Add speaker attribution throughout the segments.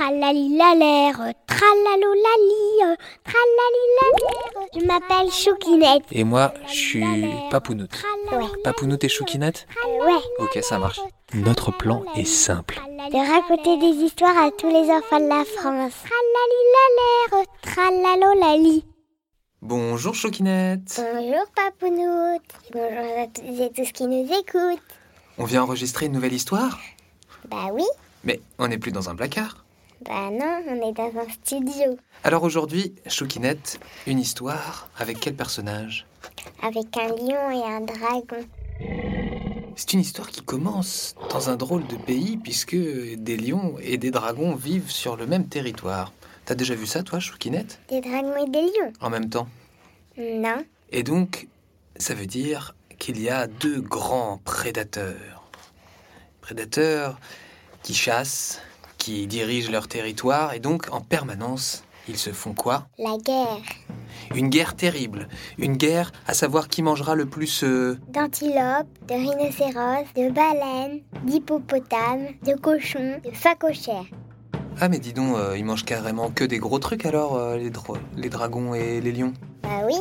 Speaker 1: Tralali la l'air, tralalou la tralali Je m'appelle Choukinette.
Speaker 2: Et moi, je suis Papounoute.
Speaker 1: Ouais.
Speaker 2: Papounoute et Choukinette
Speaker 1: Euh, ouais,
Speaker 2: Ok, ça marche. Notre plan est simple.
Speaker 1: de raconter des histoires à tous les enfants de la France. Tralali la l'air, tralalou lali.
Speaker 2: Bonjour Choukinette
Speaker 1: Bonjour Papounoute. Bonjour à tous et tous qui nous écoutent.
Speaker 2: On vient enregistrer une nouvelle histoire
Speaker 1: Bah oui,
Speaker 2: Mais on n'est plus dans un placard.
Speaker 1: bah non, on est dans un studio
Speaker 2: Alors aujourd'hui, Choukinette, une histoire avec quel personnage
Speaker 1: avec un lion et un dragon.
Speaker 2: C'est une histoire qui commence dans un drôle de pays puisque des lions et des dragons vivent sur le même territoire. T'as déjà vu ça toi, Choukinette
Speaker 1: Des dragons et des lions
Speaker 2: En même temps
Speaker 1: Non.
Speaker 2: Et donc, ça veut dire qu'il y a deux grands prédateurs. Prédateurs qui chassent, qui dirigent leur territoire, et donc en permanence, ils se font quoi
Speaker 1: La guerre
Speaker 2: Une guerre terrible. Une guerre à savoir qui mangera le plus... euh,
Speaker 1: d'antilopes, de rhinocéros, de baleines, d'hippopotames, de cochons, de phacochères.
Speaker 2: Ah mais dis donc, euh, ils mangent carrément que des gros trucs alors, euh, les, dro- les dragons et les lions.
Speaker 1: Bah oui,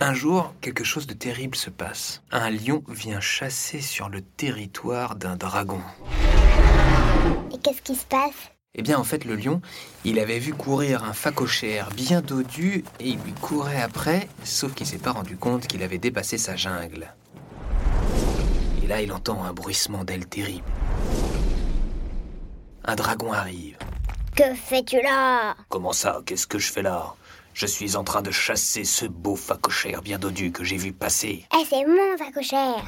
Speaker 2: Un jour, quelque chose de terrible se passe. Un lion vient chasser sur le territoire d'un dragon.
Speaker 1: et qu'est-ce qui se passe
Speaker 2: Eh bien, en fait, le lion, il avait vu courir un phacochère bien dodu et il lui courait après, sauf qu'il s'est pas rendu compte qu'il avait dépassé sa jungle. Et là, il entend un bruissement d'ailes terrible. Un dragon arrive.
Speaker 1: Que fais-tu là
Speaker 2: Comment ça Qu'est-ce que je fais là Je suis en train de chasser ce beau phacochère bien dodu que j'ai vu passer.
Speaker 1: Eh, c'est mon phacochère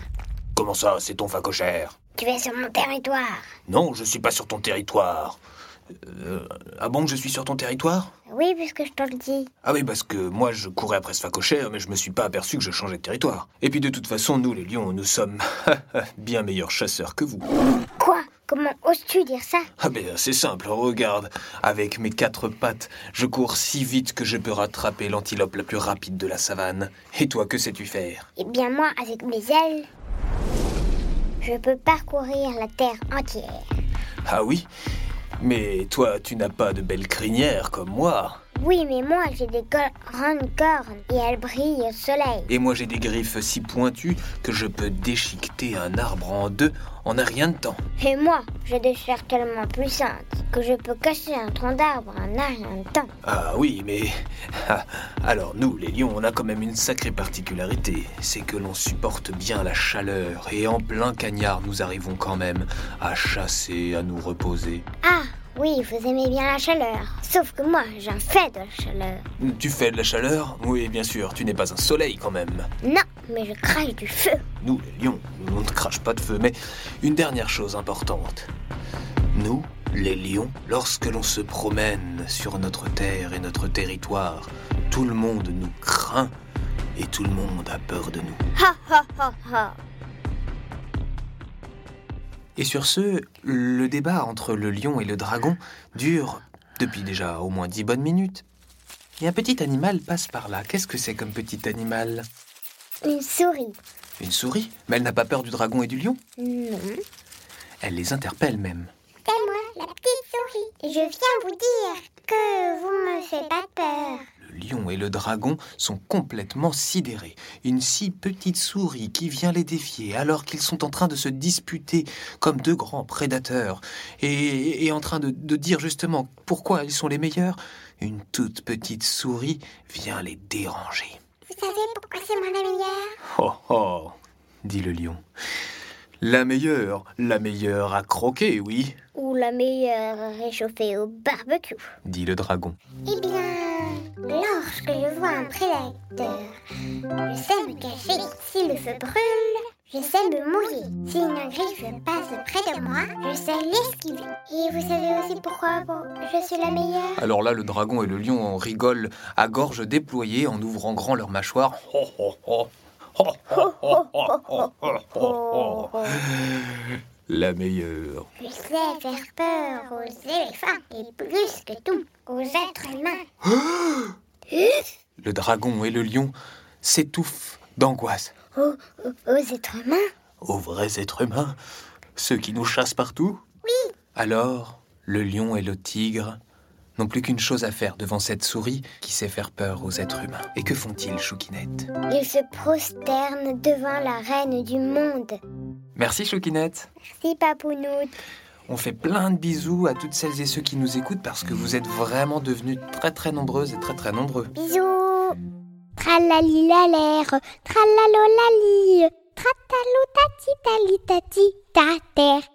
Speaker 2: Comment ça C'est ton phacochère
Speaker 1: Tu es sur mon territoire
Speaker 2: Non, je suis pas sur ton territoire. Euh, ah bon, je suis sur ton territoire
Speaker 1: Oui, puisque je te le dis.
Speaker 2: Ah oui, parce que moi je courais après ce facochère, mais je me suis pas aperçu que je changeais de territoire. Et puis de toute façon, nous les lions, nous sommes bien meilleurs chasseurs que vous.
Speaker 1: Quoi Comment oses-tu dire ça
Speaker 2: Ah ben c'est simple, regarde, avec mes quatre pattes, je cours si vite que je peux rattraper l'antilope la plus rapide de la savane. Et toi, que sais-tu faire
Speaker 1: Eh bien moi, avec mes ailes, je peux parcourir la terre entière.
Speaker 2: Ah oui Mais toi, tu n'as pas de belle crinière comme moi.
Speaker 1: Oui, mais moi, j'ai des gor- grandes cornes et elles brillent au soleil.
Speaker 2: Et moi j'ai des griffes si pointues que je peux déchiqueter un arbre en deux en un rien de temps.
Speaker 1: Et moi, j'ai des chairs tellement puissantes que je peux casser un tronc d'arbre en un rien de temps.
Speaker 2: Ah oui, mais... Ah, Alors nous, les lions, on a quand même une sacrée particularité. C'est que l'on supporte bien la chaleur et en plein cagnard, nous arrivons quand même à chasser, à nous reposer.
Speaker 1: Ah, oui, vous aimez bien la chaleur. Sauf que moi, j'en fais de la chaleur.
Speaker 2: Tu fais de la chaleur Oui, bien sûr, tu n'es pas un soleil quand même.
Speaker 1: Non, mais je crache du feu.
Speaker 2: Nous, les lions, on ne crache pas de feu, mais une dernière chose importante. Nous, les lions, lorsque l'on se promène sur notre terre et notre territoire, tout le monde nous craint et tout le monde a peur de nous.
Speaker 1: Ha ha ha ha.
Speaker 2: Et sur ce, le débat entre le lion et le dragon dure depuis déjà au moins dix bonnes minutes. Et un petit animal passe par là. Qu'est-ce que c'est comme petit animal
Speaker 1: Une souris.
Speaker 2: Une souris Mais elle n'a pas peur du dragon et du lion
Speaker 1: Non.
Speaker 2: Elle les interpelle même.
Speaker 1: C'est moi, la petite souris. Je viens vous dire que vous me faites pas peur.
Speaker 2: Le lion et le dragon sont complètement sidérés. Une si petite souris qui vient les défier alors qu'ils sont en train de se disputer comme deux grands prédateurs et, et en train de, de dire justement pourquoi ils sont les meilleurs, une toute petite souris vient les déranger.
Speaker 1: Vous savez pourquoi c'est moi la meilleure
Speaker 2: Oh oh dit le lion. La meilleure, la meilleure à croquer, oui,
Speaker 1: Ou la meilleure réchauffée au barbecue.
Speaker 2: dit le dragon.
Speaker 1: Eh bien, lorsque je vois un prédateur, je sais me cacher. Si le feu brûle, je sais me mouiller. Si une griffe passe près de moi, je sais l'esquiver. Et vous savez aussi pourquoi bon, je suis la meilleure
Speaker 2: Alors là, le dragon et le lion en rigolent à gorge déployée en ouvrant grand leurs mâchoires. Ho, ho, ho. Ho, ho, ho, ho, ho, ho, ho, ho. La meilleure.
Speaker 1: Je sais faire peur aux éléphants et plus que tout, aux êtres humains. Ouf
Speaker 2: Le dragon et le lion s'étouffent d'angoisse.
Speaker 1: Aux- aux- aux êtres humains
Speaker 2: Aux vrais êtres humains, ceux qui nous chassent partout
Speaker 1: Oui.
Speaker 2: Alors, Le lion et le tigre n'ont plus qu'une chose à faire devant cette souris qui sait faire peur aux êtres humains. Et que font-ils, Choukinette
Speaker 1: Ils se prosternent devant la reine du monde.
Speaker 2: Merci, Choukinette
Speaker 1: Merci, Papounoute.
Speaker 2: On fait plein de bisous à toutes celles et ceux qui nous écoutent parce que vous êtes vraiment devenus très très nombreuses et très très nombreux.
Speaker 1: Bisous. Tralalilalère, tralalolali, tratalotati tali tati ta terre.